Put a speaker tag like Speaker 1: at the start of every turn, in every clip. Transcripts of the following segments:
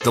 Speaker 1: The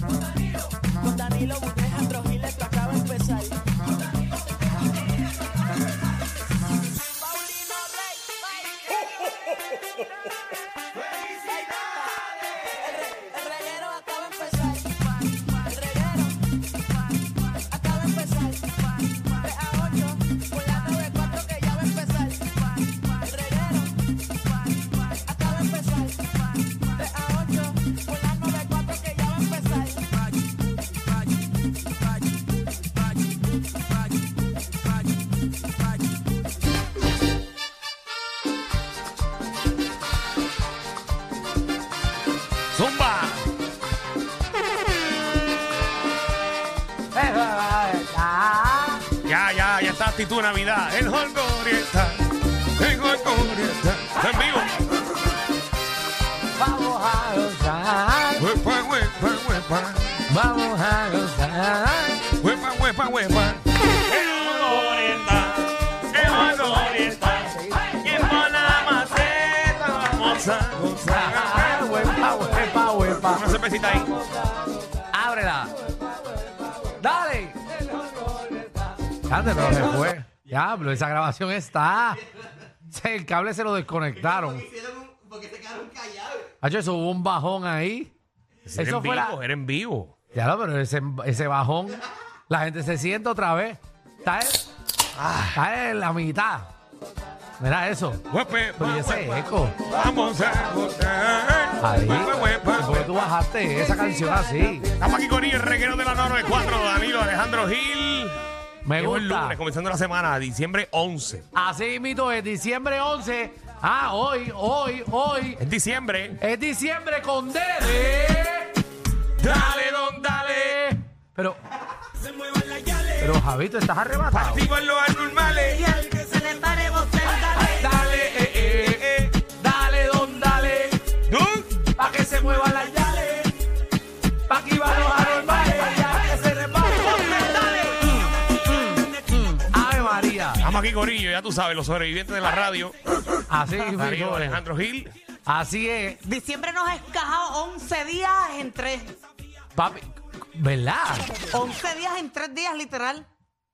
Speaker 2: con Danilo, con Danilo y Alejandro Gil, esto acaba de empezar. Con Danilo, Alejandro Gil, esto acaba de empezar. Paulino Rey, Rey. El reguero acaba de empezar. El reguero acaba de empezar. 3 a 8, por la 9-4 que ya va a empezar. El reguero acaba de empezar. 3 a 8, por la 9-4 que ya va a empezar.
Speaker 3: Zumba. Ya, ya, ya está actitud Navidad. El Jorgo Oriental. El Jorgo Oriental. En vivo.
Speaker 4: Vamos a gozar,
Speaker 3: Huepa, huepa, huepa.
Speaker 4: vamos a gozar.
Speaker 3: Huepa, huepa, huepa. El Jorgo Oriental. El Jorgo Oriental. Y con la maceta vamos a
Speaker 4: Ah,
Speaker 3: gozar.
Speaker 4: Huepa, huepa, huepa.
Speaker 3: Una cervecita ahí.
Speaker 4: Ábrela. Dale. Cállate, pero se fue. Diablo, esa grabación está. Se- El cable se lo desconectaron. Hacho, eso hubo un bajón ahí.
Speaker 3: Era
Speaker 4: Eso
Speaker 3: en
Speaker 4: fue la-
Speaker 3: vivo, era en vivo.
Speaker 4: Ya lo, pero ese, ese bajón, la gente se sienta otra vez. Está en, está en la mitad. Mira eso.
Speaker 3: Huepa,
Speaker 4: Pero y
Speaker 3: huepa,
Speaker 4: ese
Speaker 3: huepa.
Speaker 4: eco.
Speaker 3: Vamos a gozar.
Speaker 4: Ahí.
Speaker 3: Huepa, huepa,
Speaker 4: ¿Por qué tú bajaste esa
Speaker 3: Pues
Speaker 4: canción así?
Speaker 3: Estamos aquí con el reguero de la 994, Danilo Alejandro Gil.
Speaker 4: Me
Speaker 3: Llegó el
Speaker 4: gusta.
Speaker 3: lunes, comenzando la semana, diciembre 11.
Speaker 4: Así mito es diciembre 11. Ah, hoy, hoy, hoy.
Speaker 3: Es diciembre.
Speaker 4: Es diciembre con D de-
Speaker 3: Dale, don, dale.
Speaker 4: Pero. Pero Javito, estás arrebatado.
Speaker 3: Activan los anormales. Y al que se le pare, dale. Dale, eh, eh, eh.
Speaker 4: Dale, don, dale.
Speaker 3: Don.
Speaker 4: Pa' que se muevan las yales. Pa' que iban los anormales. Ya que se reparen. Ave María.
Speaker 3: Estamos aquí, Corillo, ya tú sabes, los sobrevivientes de la radio.
Speaker 4: Así,
Speaker 3: Danilo
Speaker 4: mito es.
Speaker 3: Alejandro Gil.
Speaker 4: así es.
Speaker 5: Diciembre nos ha encajado 11 días en 3.
Speaker 4: Papi, ¿verdad?
Speaker 5: 11 días en 3 días, literal.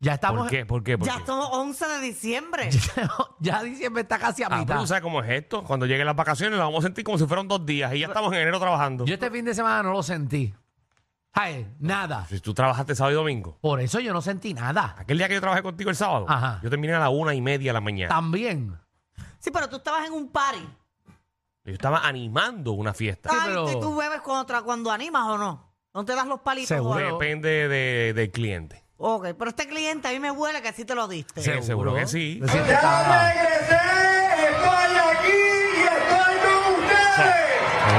Speaker 4: Ya estamos.
Speaker 3: ¿Por qué? ¿Por qué? ¿Por
Speaker 5: Ya
Speaker 3: qué?
Speaker 5: somos 11 de diciembre.
Speaker 4: ya diciembre está casi a
Speaker 3: Ah, pero
Speaker 4: mitad.
Speaker 3: tú sabes cómo es esto. Cuando lleguen las vacaciones, las vamos a sentir como si fueran dos días. Y ya estamos en enero trabajando.
Speaker 4: Yo este fin de semana no lo sentí. Ay, nada.
Speaker 3: Si tú trabajaste sábado y domingo.
Speaker 4: Por eso yo no sentí nada.
Speaker 3: Aquel día que yo trabajé contigo el sábado,
Speaker 4: Ajá.
Speaker 3: yo terminé a la una y media de la mañana.
Speaker 4: También.
Speaker 5: Sí, pero tú estabas en un party.
Speaker 3: Yo estaba animando una fiesta.
Speaker 4: Sí,
Speaker 5: Ay,
Speaker 4: pero-
Speaker 5: ¿y tú bebes cuando, tra- cuando animas o no? ¿No te das los palitos?
Speaker 4: Seguro.
Speaker 5: o algo?
Speaker 3: Depende de- del cliente.
Speaker 5: Ok, pero este cliente a mí me huele que así te lo diste.
Speaker 3: Sí, seguro que sí.
Speaker 4: Me siento cabra.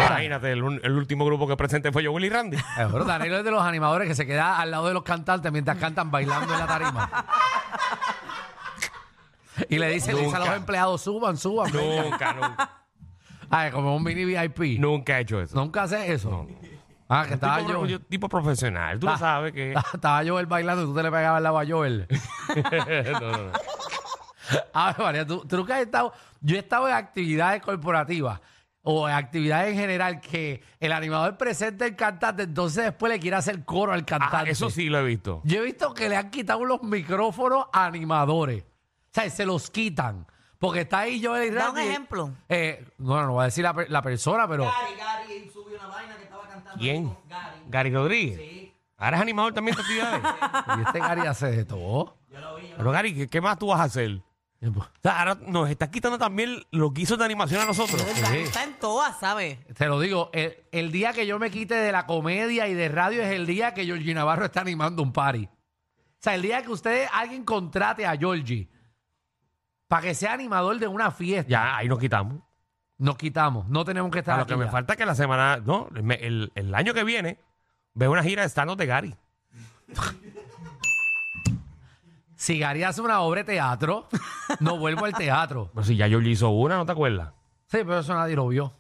Speaker 3: Imagínate, el, un- el último grupo que presenté fue yo, Willy Randy.
Speaker 4: Seguro, Danilo es de los animadores que se queda al lado de los cantantes mientras cantan bailando en la tarima. Y le dice, le dice a los
Speaker 3: Nunca.
Speaker 4: empleados, suban, suban. vengan".
Speaker 3: nunca, nunca.
Speaker 4: Ay, como un mini VIP.
Speaker 3: Nunca he hecho eso.
Speaker 4: Nunca hace eso. Ah, que estaba
Speaker 3: tipo,
Speaker 4: yo.
Speaker 3: yo- tipo profesional. Tú
Speaker 4: Ah.
Speaker 3: lo sabes que.
Speaker 4: Estaba Joel bailando y tú te le pegabas el lado a Joel.
Speaker 3: No, no, no.
Speaker 4: A ver, María, tú, tú nunca has estado. Yo he estado en actividades corporativas o en actividades en general que el animador presenta el cantante, entonces después le quiere hacer coro al cantante.
Speaker 3: Ah, eso sí lo he visto.
Speaker 4: Yo he visto que le han quitado los micrófonos a animadores. O sea, se los quitan. Porque está ahí yo
Speaker 5: Da un ejemplo.
Speaker 4: Eh, bueno, no voy a decir la, per- la persona, pero.
Speaker 3: ¿Quién? Gary. Rodríguez. Ahora es animador también de actividades.
Speaker 4: ¿Y este Gary hace de todo?
Speaker 3: Pero Gary, ¿qué, qué más tú vas a hacer? O sea, ahora nos estás quitando también lo que hizo de animación a nosotros.
Speaker 5: El Gary está en todas, ¿sabes?
Speaker 4: Te lo digo, el, el día que yo me quite de la comedia y de radio es el día que Georgie Navarro está animando un party. O sea, el día que ustedes, alguien contrate a Georgie para que sea animador de una fiesta,
Speaker 3: Ya, ahí nos quitamos.
Speaker 4: nos quitamos, no tenemos que
Speaker 3: A
Speaker 4: estar
Speaker 3: lo que
Speaker 4: aquí
Speaker 3: me
Speaker 4: ya.
Speaker 3: falta es que la semana, no, me- el, el año que viene, veo una gira de stand de Gary.
Speaker 4: Si Gary hace una obra de teatro, no vuelvo al teatro.
Speaker 3: Pero si ya yo le hizo una, ¿no te acuerdas?
Speaker 4: Sí, pero eso nadie lo vio.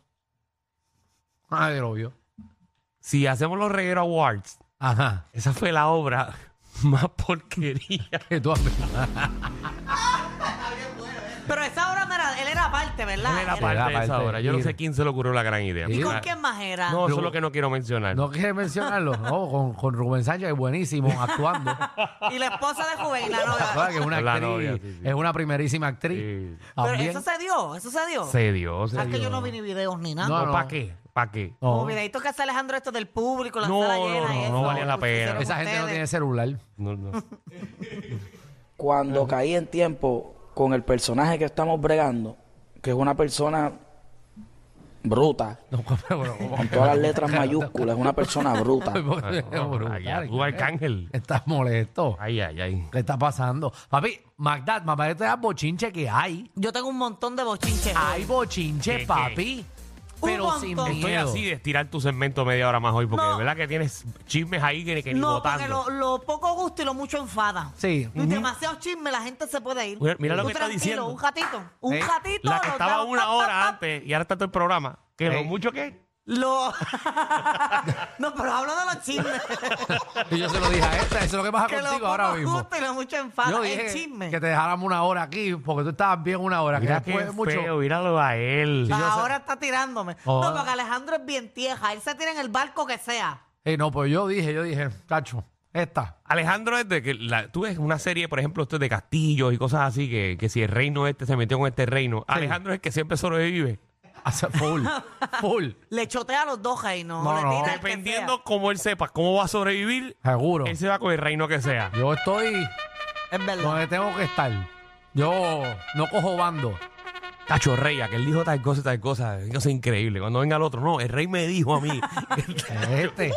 Speaker 4: Nadie lo vio.
Speaker 3: Si hacemos los Reguero Awards,
Speaker 4: Ajá.
Speaker 3: esa fue la obra más porquería.
Speaker 4: Que tú has visto.
Speaker 5: Pero esa obra no era, él era aparte, ¿verdad?
Speaker 3: Él era
Speaker 5: Era-
Speaker 3: parte de esa
Speaker 4: parte,
Speaker 3: obra. Yo no
Speaker 4: mira.
Speaker 3: sé quién se le ocurrió la gran idea.
Speaker 5: ¿Y
Speaker 4: Sí.
Speaker 5: con
Speaker 3: Ah,
Speaker 5: quién más era?
Speaker 3: No, eso es lo que no quiero mencionar.
Speaker 4: No quieres mencionarlo, ¿no? Con, con Rubén Sánchez, buenísimo, actuando.
Speaker 5: Y la esposa de Juvenil, la
Speaker 4: ¿Te acuerdas
Speaker 5: novia.
Speaker 4: que es una
Speaker 3: La
Speaker 4: actriz,
Speaker 3: novia, sí, sí.
Speaker 4: es una primerísima actriz.
Speaker 3: Sí.
Speaker 5: Pero
Speaker 4: También.
Speaker 5: eso se dio, eso se dio.
Speaker 3: Se dio, se
Speaker 5: ¿Sabes Ah, que
Speaker 3: dio.
Speaker 5: yo no vi ni videos ni nada?
Speaker 4: No, no.
Speaker 3: ¿Para qué? ¿Para qué?
Speaker 4: No,
Speaker 5: Como videitos que hace Alejandro esto del público, la
Speaker 3: No,
Speaker 5: sala
Speaker 3: no,
Speaker 5: llena.
Speaker 3: no,
Speaker 5: y eso,
Speaker 3: no valía la
Speaker 5: que hicieron
Speaker 3: pena.
Speaker 4: Esa gente no
Speaker 5: ustedes.
Speaker 4: tiene celular.
Speaker 3: No, no.
Speaker 6: cuando caí en tiempo con el personaje que estamos bregando, que es una persona bruta,
Speaker 4: No, pero, ¿cómo?
Speaker 6: con todas las letras mayúsculas, es una persona bruta.
Speaker 4: Brutal,
Speaker 3: Ay, ya, tú, arcángel.
Speaker 4: Estás molesto.
Speaker 3: Ay, ay, ay.
Speaker 4: ¿Qué está pasando? Papi, Magdad, mamá, yo te da bochinche que hay.
Speaker 5: Yo tengo un montón de bochinches.
Speaker 4: Hay bochinche,
Speaker 3: ¿Qué, qué?
Speaker 4: papi.
Speaker 5: Un
Speaker 4: Pero sin
Speaker 5: montón.
Speaker 4: miedo.
Speaker 3: Estoy así de estirar tu segmento media hora más hoy, porque
Speaker 5: No.
Speaker 3: de verdad que tienes chismes ahí que, que ni
Speaker 5: no, porque
Speaker 3: votando.
Speaker 5: lo, lo poco gusto y lo mucho enfada.
Speaker 4: Sí.
Speaker 5: Y demasiado chisme, la gente se puede ir.
Speaker 3: Mira- mira lo
Speaker 5: Tú
Speaker 3: que está
Speaker 5: tranquilo,
Speaker 3: diciendo.
Speaker 5: Un gatito. Un
Speaker 4: Eh,
Speaker 5: gatito.
Speaker 3: La que
Speaker 5: lo
Speaker 3: estaba
Speaker 5: damos,
Speaker 3: una
Speaker 5: pap, pap,
Speaker 3: hora
Speaker 5: pap.
Speaker 3: antes y ahora está todo el programa. Que lo
Speaker 4: Ey.
Speaker 3: mucho que
Speaker 5: Lo... no, pero hablo de los chismes.
Speaker 4: Y yo se lo dije a esta, eso es lo que pasa
Speaker 5: que lo
Speaker 4: contigo
Speaker 5: poco
Speaker 4: ahora mismo.
Speaker 5: gusto y lo mucho enfada.
Speaker 4: Yo
Speaker 5: Ah, el
Speaker 4: dije
Speaker 5: chisme.
Speaker 4: que te dejáramos una hora aquí, porque tú estabas bien una hora, que
Speaker 3: Mira
Speaker 4: después
Speaker 3: qué
Speaker 4: es mucho.
Speaker 3: feo, míralo a él.
Speaker 4: Sí, yo sé.
Speaker 5: Ahora está tirándome.
Speaker 4: Oh.
Speaker 5: No, porque Alejandro es bien tieja. Él se tira en el barco que sea.
Speaker 4: Eh, no, pues yo dije, yo dije, cacho, esta.
Speaker 3: Alejandro es de que la- tú ves una serie, por ejemplo, esto es de castillos y cosas así, que, que si el reino este se metió con este reino. Alejandro es el que siempre sobrevive.
Speaker 4: hace Full, full.
Speaker 5: Le chotea a los dos y no,
Speaker 4: No,
Speaker 5: le
Speaker 4: no.
Speaker 5: tira al que
Speaker 3: Dependiendo cómo él sepa cómo va a sobrevivir,
Speaker 4: Seguro.
Speaker 3: él se va con el reino que sea.
Speaker 4: Yo estoy
Speaker 5: sea. Es verdad.
Speaker 4: donde tengo que estar. Yo no cojo bando.
Speaker 3: Cacho Rey, que él dijo tal cosa, y tal cosa. Eso es increíble. Cuando venga el otro, no, el rey me dijo a mí.
Speaker 4: Este.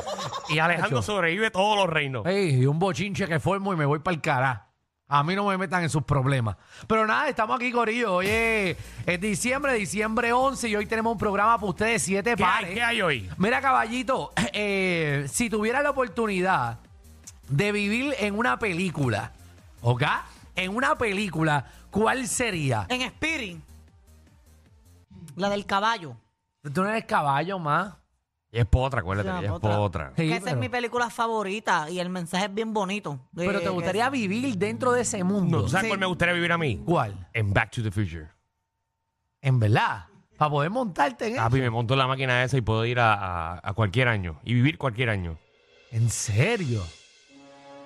Speaker 3: y Alejandro
Speaker 4: Cacho.
Speaker 3: sobrevive todos los reinos.
Speaker 4: Ey, y un bochinche que formo y me voy para el cará. A mí no me metan en sus problemas. Pero nada, estamos aquí, Corillo. Oye, es diciembre, diciembre 11 y hoy tenemos un programa para ustedes, siete
Speaker 3: ¿Qué
Speaker 4: pares.
Speaker 3: hay, ¿Qué hay hoy?
Speaker 4: Mira, caballito, eh, si tuviera la oportunidad de vivir en una película, ¿ok? En una película, ¿cuál sería?
Speaker 5: En Spirit. La del caballo.
Speaker 4: Tú no eres caballo más.
Speaker 3: Y es potra, acuérdate,
Speaker 5: Ya,
Speaker 3: ella es
Speaker 5: potra.
Speaker 3: potra.
Speaker 4: Sí,
Speaker 5: que esa
Speaker 4: pero,
Speaker 5: es mi película favorita y el mensaje es bien bonito. Eh, De-
Speaker 4: pero te gustaría vivir dentro de ese mundo.
Speaker 3: No, ¿tú ¿Sabes cuál me gustaría vivir a mí?
Speaker 4: ¿Cuál?
Speaker 3: En Back to the Future.
Speaker 4: En verdad, para poder montarte en
Speaker 3: Papi, me monto en la máquina esa y puedo ir a, a- a cualquier año y vivir cualquier año.
Speaker 4: ¿En serio?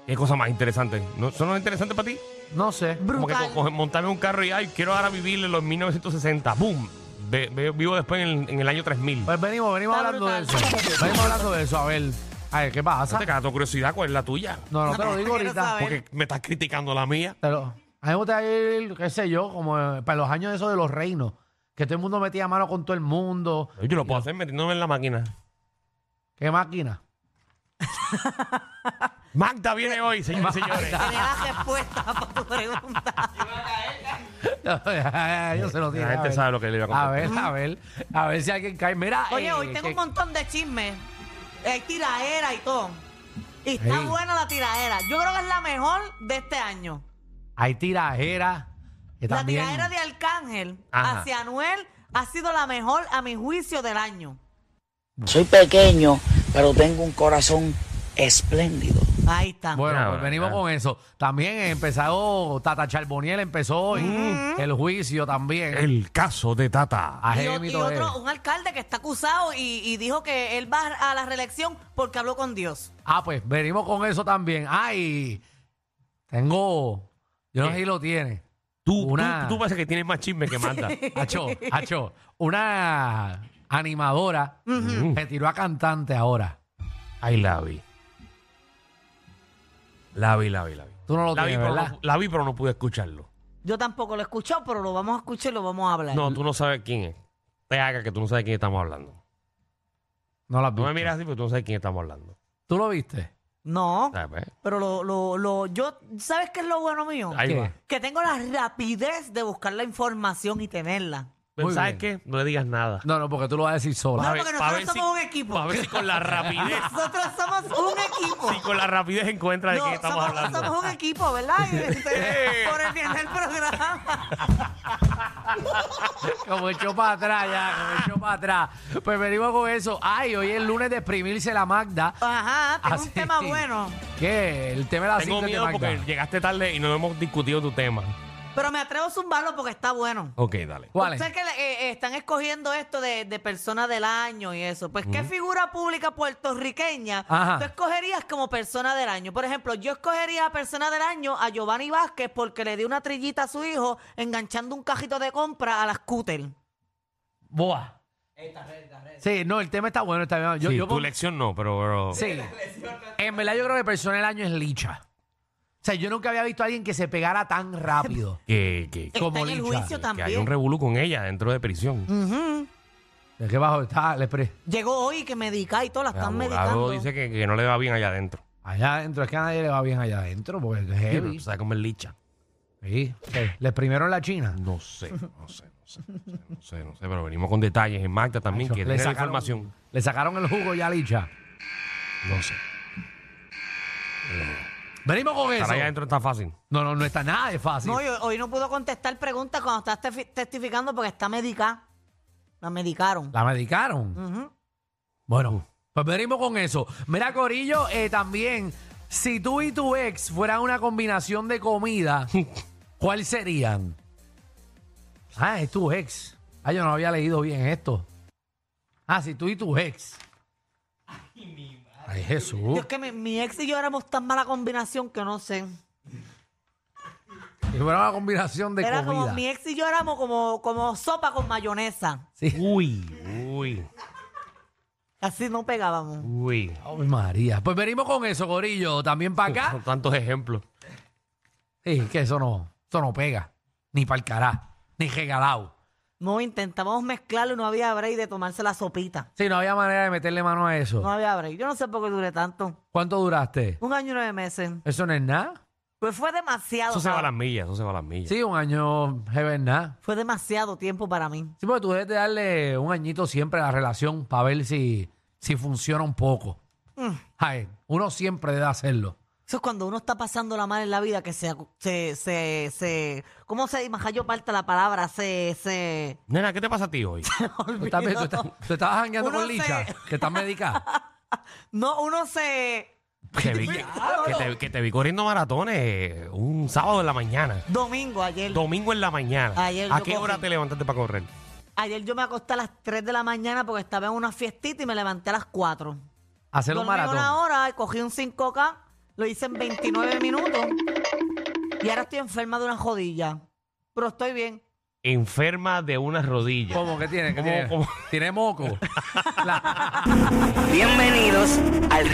Speaker 3: Qué cosa más interesante. ¿No, ¿Eso no es interesante para ti?
Speaker 4: No sé.
Speaker 3: Como que
Speaker 5: Brutal.
Speaker 3: co- coge- montarme en un carro y, ay, quiero ahora vivir en los 1960. ¡Boom! Ve- ve- vivo después en el, en el año 3000.
Speaker 4: Pues venimos, venimos
Speaker 5: Está
Speaker 4: hablando
Speaker 5: brutal.
Speaker 4: de eso. Venimos hablando de eso. A ver, a ver, ¿qué
Speaker 3: No
Speaker 4: pasa?
Speaker 3: te cagas tu curiosidad, ¿cuál es la tuya?
Speaker 4: No, no te lo digo
Speaker 5: Quiero
Speaker 4: ahorita.
Speaker 5: saber.
Speaker 3: Porque me estás criticando la mía.
Speaker 4: Pero a mí me gusta ir, qué sé yo, como eh, para los años esos de los reinos, que todo el mundo metía mano con todo el mundo.
Speaker 3: Yo lo puedo hacer metiéndome en la máquina.
Speaker 4: ¿Qué máquina?
Speaker 3: Magda viene hoy, señores y señores.
Speaker 5: Tenía la respuesta para tu pregunta.
Speaker 4: Yo se lo digo.
Speaker 3: La gente sabe lo que le iba a contar.
Speaker 4: A ver, a ver, a ver si alguien cae. Mira,
Speaker 5: Oye,
Speaker 4: eh,
Speaker 5: hoy tengo
Speaker 4: que-
Speaker 5: un montón de chismes. Hay tiraera y todo. Y está
Speaker 4: Ey.
Speaker 5: buena la tiraera. Yo creo que es la mejor de este año.
Speaker 4: hay tirajeras. que
Speaker 5: La
Speaker 4: también-
Speaker 5: tiradera de Arcángel
Speaker 3: Ajá.
Speaker 5: hacia Anuel ha sido la mejor, a mi juicio, del año.
Speaker 6: Soy pequeño, pero tengo un corazón espléndido.
Speaker 5: Ahí está.
Speaker 4: Bueno,
Speaker 3: Ahora,
Speaker 4: pues venimos
Speaker 3: ah.
Speaker 4: con eso. También empezó Tata Charboniel, empezó hoy el juicio también.
Speaker 7: El caso de Tata.
Speaker 4: A
Speaker 5: y, o-
Speaker 4: Gemito
Speaker 5: y otro,
Speaker 4: es.
Speaker 5: un alcalde que está acusado y, y dijo que él va a la reelección porque habló con Dios.
Speaker 4: Ah, pues venimos con eso también. Ay, tengo. Yo no sé si lo tiene.
Speaker 3: Tú,
Speaker 4: Una-
Speaker 3: tú, tú parece que tienes más chisme que manda.
Speaker 4: Acho, acho. Una animadora
Speaker 3: Mm.
Speaker 4: se tiró a cantante ahora.
Speaker 3: Ay, la vi. La vi, la vi, la vi.
Speaker 4: Tú no lo
Speaker 3: La vi,
Speaker 4: tienes,
Speaker 3: pero
Speaker 4: ¿verdad?
Speaker 3: no, la vi, pero no pude escucharlo.
Speaker 5: Yo tampoco lo escucho, pero lo vamos a escuchar y lo vamos a hablar.
Speaker 3: No, tú no sabes quién es. Te haga que tú no sabes quién estamos hablando.
Speaker 4: No la vi.
Speaker 3: No me miras así, pero tú no sabes quién estamos hablando.
Speaker 4: ¿Tú lo viste?
Speaker 5: No,
Speaker 3: ¿Sabes, pues?
Speaker 5: pero lo, lo, lo, yo, ¿sabes qué es lo bueno mío?
Speaker 3: Ahí
Speaker 4: ¿Qué?
Speaker 3: va.
Speaker 5: Que tengo la rapidez de buscar la información y tenerla.
Speaker 3: Pero
Speaker 4: Muy
Speaker 3: ¿Sabes qué? No le digas nada.
Speaker 4: No, no, porque tú lo vas a decir sola.
Speaker 5: No,
Speaker 3: ver-
Speaker 5: porque
Speaker 3: pa'
Speaker 5: nosotros
Speaker 3: ver si-
Speaker 5: somos un equipo.
Speaker 3: A ver si con la rapidez,
Speaker 5: Nosotros somos un equipo.
Speaker 3: si con la rapidez encuentra de
Speaker 5: No,
Speaker 3: quién estamos
Speaker 5: somos,
Speaker 3: hablando. Eh.
Speaker 5: somos un equipo, ¿verdad? Y, este, Por el bien del programa.
Speaker 4: Como echó para atrás, ya, como echó para atrás. Pues venimos con eso. Ay, hoy es el lunes de exprimirse la Magda.
Speaker 5: Ajá,
Speaker 3: Ah,
Speaker 5: Ah, tengo
Speaker 4: Así.
Speaker 5: un tema bueno.
Speaker 4: ¿Qué? El tema de la
Speaker 3: Tengo
Speaker 4: cinta de
Speaker 3: miedo
Speaker 4: Magda.
Speaker 3: porque llegaste tarde y no hemos discutido tu tema.
Speaker 5: Pero me atrevo a zumbarlo porque está bueno.
Speaker 3: Ok, dale.
Speaker 4: ¿Cuál es?
Speaker 5: Sé que eh, eh, están escogiendo esto de, de persona del año y eso. Pues, ¿qué figura pública puertorriqueña
Speaker 4: Ajá.
Speaker 5: tú escogerías como persona del año? Por ejemplo, yo escogería a persona del año a Giovanni Vázquez porque le dio una trillita a su hijo enganchando un cajito de compra a la scooter.
Speaker 4: Boa. Sí, no, el tema está bueno, está bien. Yo,
Speaker 3: Sí,
Speaker 4: yo
Speaker 3: tu
Speaker 4: pon-
Speaker 3: lección no, pero... pero-
Speaker 4: sí. En verdad yo creo que el persona del año es Licha. O sea, yo nunca había visto a alguien que se pegara tan rápido.
Speaker 3: Que, que,
Speaker 5: Está
Speaker 4: Como
Speaker 5: en el
Speaker 4: Licha,
Speaker 5: juicio
Speaker 3: que hay un
Speaker 5: también.
Speaker 3: revolú con ella dentro de prisión.
Speaker 5: Ujú.
Speaker 4: Es que bajo está el express.
Speaker 5: Llegó hoy que medica y todo, la
Speaker 3: El
Speaker 5: están medicando.
Speaker 3: abogado dice que, que no le va bien allá adentro.
Speaker 4: Allá adentro, es que a nadie le va bien allá adentro, porque es
Speaker 3: Sí, pero
Speaker 4: heavy.
Speaker 3: tú sabes cómo es licha.
Speaker 4: Sí. Sí. Les primero en la China.
Speaker 3: No sé, no sé, no sé, no sé, no sé, no sé, pero venimos con detalles en Magda también, que tiene
Speaker 4: Le
Speaker 3: la
Speaker 4: sacaron-
Speaker 3: información.
Speaker 4: Le sacaron el jugo ya a Licha.
Speaker 3: No sé.
Speaker 4: Venimos con eso.
Speaker 3: Estar allá adentro está fácil.
Speaker 4: No, no, no está nada de fácil.
Speaker 5: No, yo- hoy no pudo contestar preguntas cuando estás tef- testificando porque está medicada. La medicaron.
Speaker 4: La medicaron.
Speaker 5: Ujú.
Speaker 4: Bueno, pues venimos con eso. Mira, Corillo, eh, también, si tú y tu ex fueran una combinación de comida, ¿cuál serían? Ah, es tu ex. Ah, yo no había leído bien esto. Ah, si tú y tu ex. Ay, Jesús.
Speaker 5: Yo es que mi, mi ex y yo éramos tan mala combinación que no sé.
Speaker 4: Si fuera una combinación de
Speaker 5: Era
Speaker 4: comida.
Speaker 5: como mi ex y yo éramos como, como sopa con mayonesa.
Speaker 4: Sí.
Speaker 3: Uy, uy,
Speaker 5: Así no pegábamos.
Speaker 3: uy.
Speaker 4: Ay, María. Pues venimos con eso, Corillo. También para acá.
Speaker 3: Son tantos ejemplos.
Speaker 4: Sí, que eso no, eso no pega. Ni para el cará, ni regalado.
Speaker 5: No intentamos mezclarlo y no había break de tomarse la sopita.
Speaker 4: Sí, no había manera de meterle mano a eso.
Speaker 5: No había break. Yo no sé por qué duré tanto.
Speaker 4: ¿Cuánto duraste?
Speaker 5: Un año y nueve meses.
Speaker 4: Eso no es nada.
Speaker 5: Pues fue demasiado.
Speaker 3: Eso se va a
Speaker 5: ¿sabes?
Speaker 3: las millas, eso se va a las millas.
Speaker 4: Sí, un año heavy es nada.
Speaker 5: Fue demasiado tiempo para mí.
Speaker 4: Sí, porque tú debes de darle un añito siempre a la relación para ver si, si funciona un poco.
Speaker 5: Mm.
Speaker 4: Ay, uno siempre debe hacerlo.
Speaker 5: Eso es cuando uno está pasando la mal en la vida que se... se, se, se ¿Cómo se maja yo parte la palabra? Se... se
Speaker 3: Nena, ¿qué te pasa a ti hoy?
Speaker 4: ¿Tú, estás, tú, estás- tú estabas jangueando
Speaker 5: Uno
Speaker 4: con Licha?
Speaker 5: se-
Speaker 4: ¿Que estás medicada?
Speaker 5: no, uno se...
Speaker 3: que, vi, que, que te, que te vi corriendo maratones eh, un sábado en la mañana.
Speaker 5: Domingo ayer.
Speaker 3: Domingo en la mañana.
Speaker 5: Ayer
Speaker 3: ¿A
Speaker 5: yo
Speaker 3: qué
Speaker 5: cogí.
Speaker 3: hora te levantaste para correr?
Speaker 5: Ayer yo me acosté a las 3 de la mañana porque estaba en una fiestita y me levanté a las 4.
Speaker 4: Hacer un
Speaker 5: Dormí
Speaker 4: maratón.
Speaker 5: una hora, cogí un 5K, lo hice en 29 minutos y ahora estoy enferma de una jodilla. Pero estoy bien.
Speaker 3: Enferma de una rodilla.
Speaker 4: ¿Cómo? ¿Qué tiene? ¿Qué
Speaker 3: ¿Cómo-
Speaker 4: tiene?
Speaker 3: cómo?
Speaker 4: Tiene moco. La-
Speaker 8: Bienvenidos al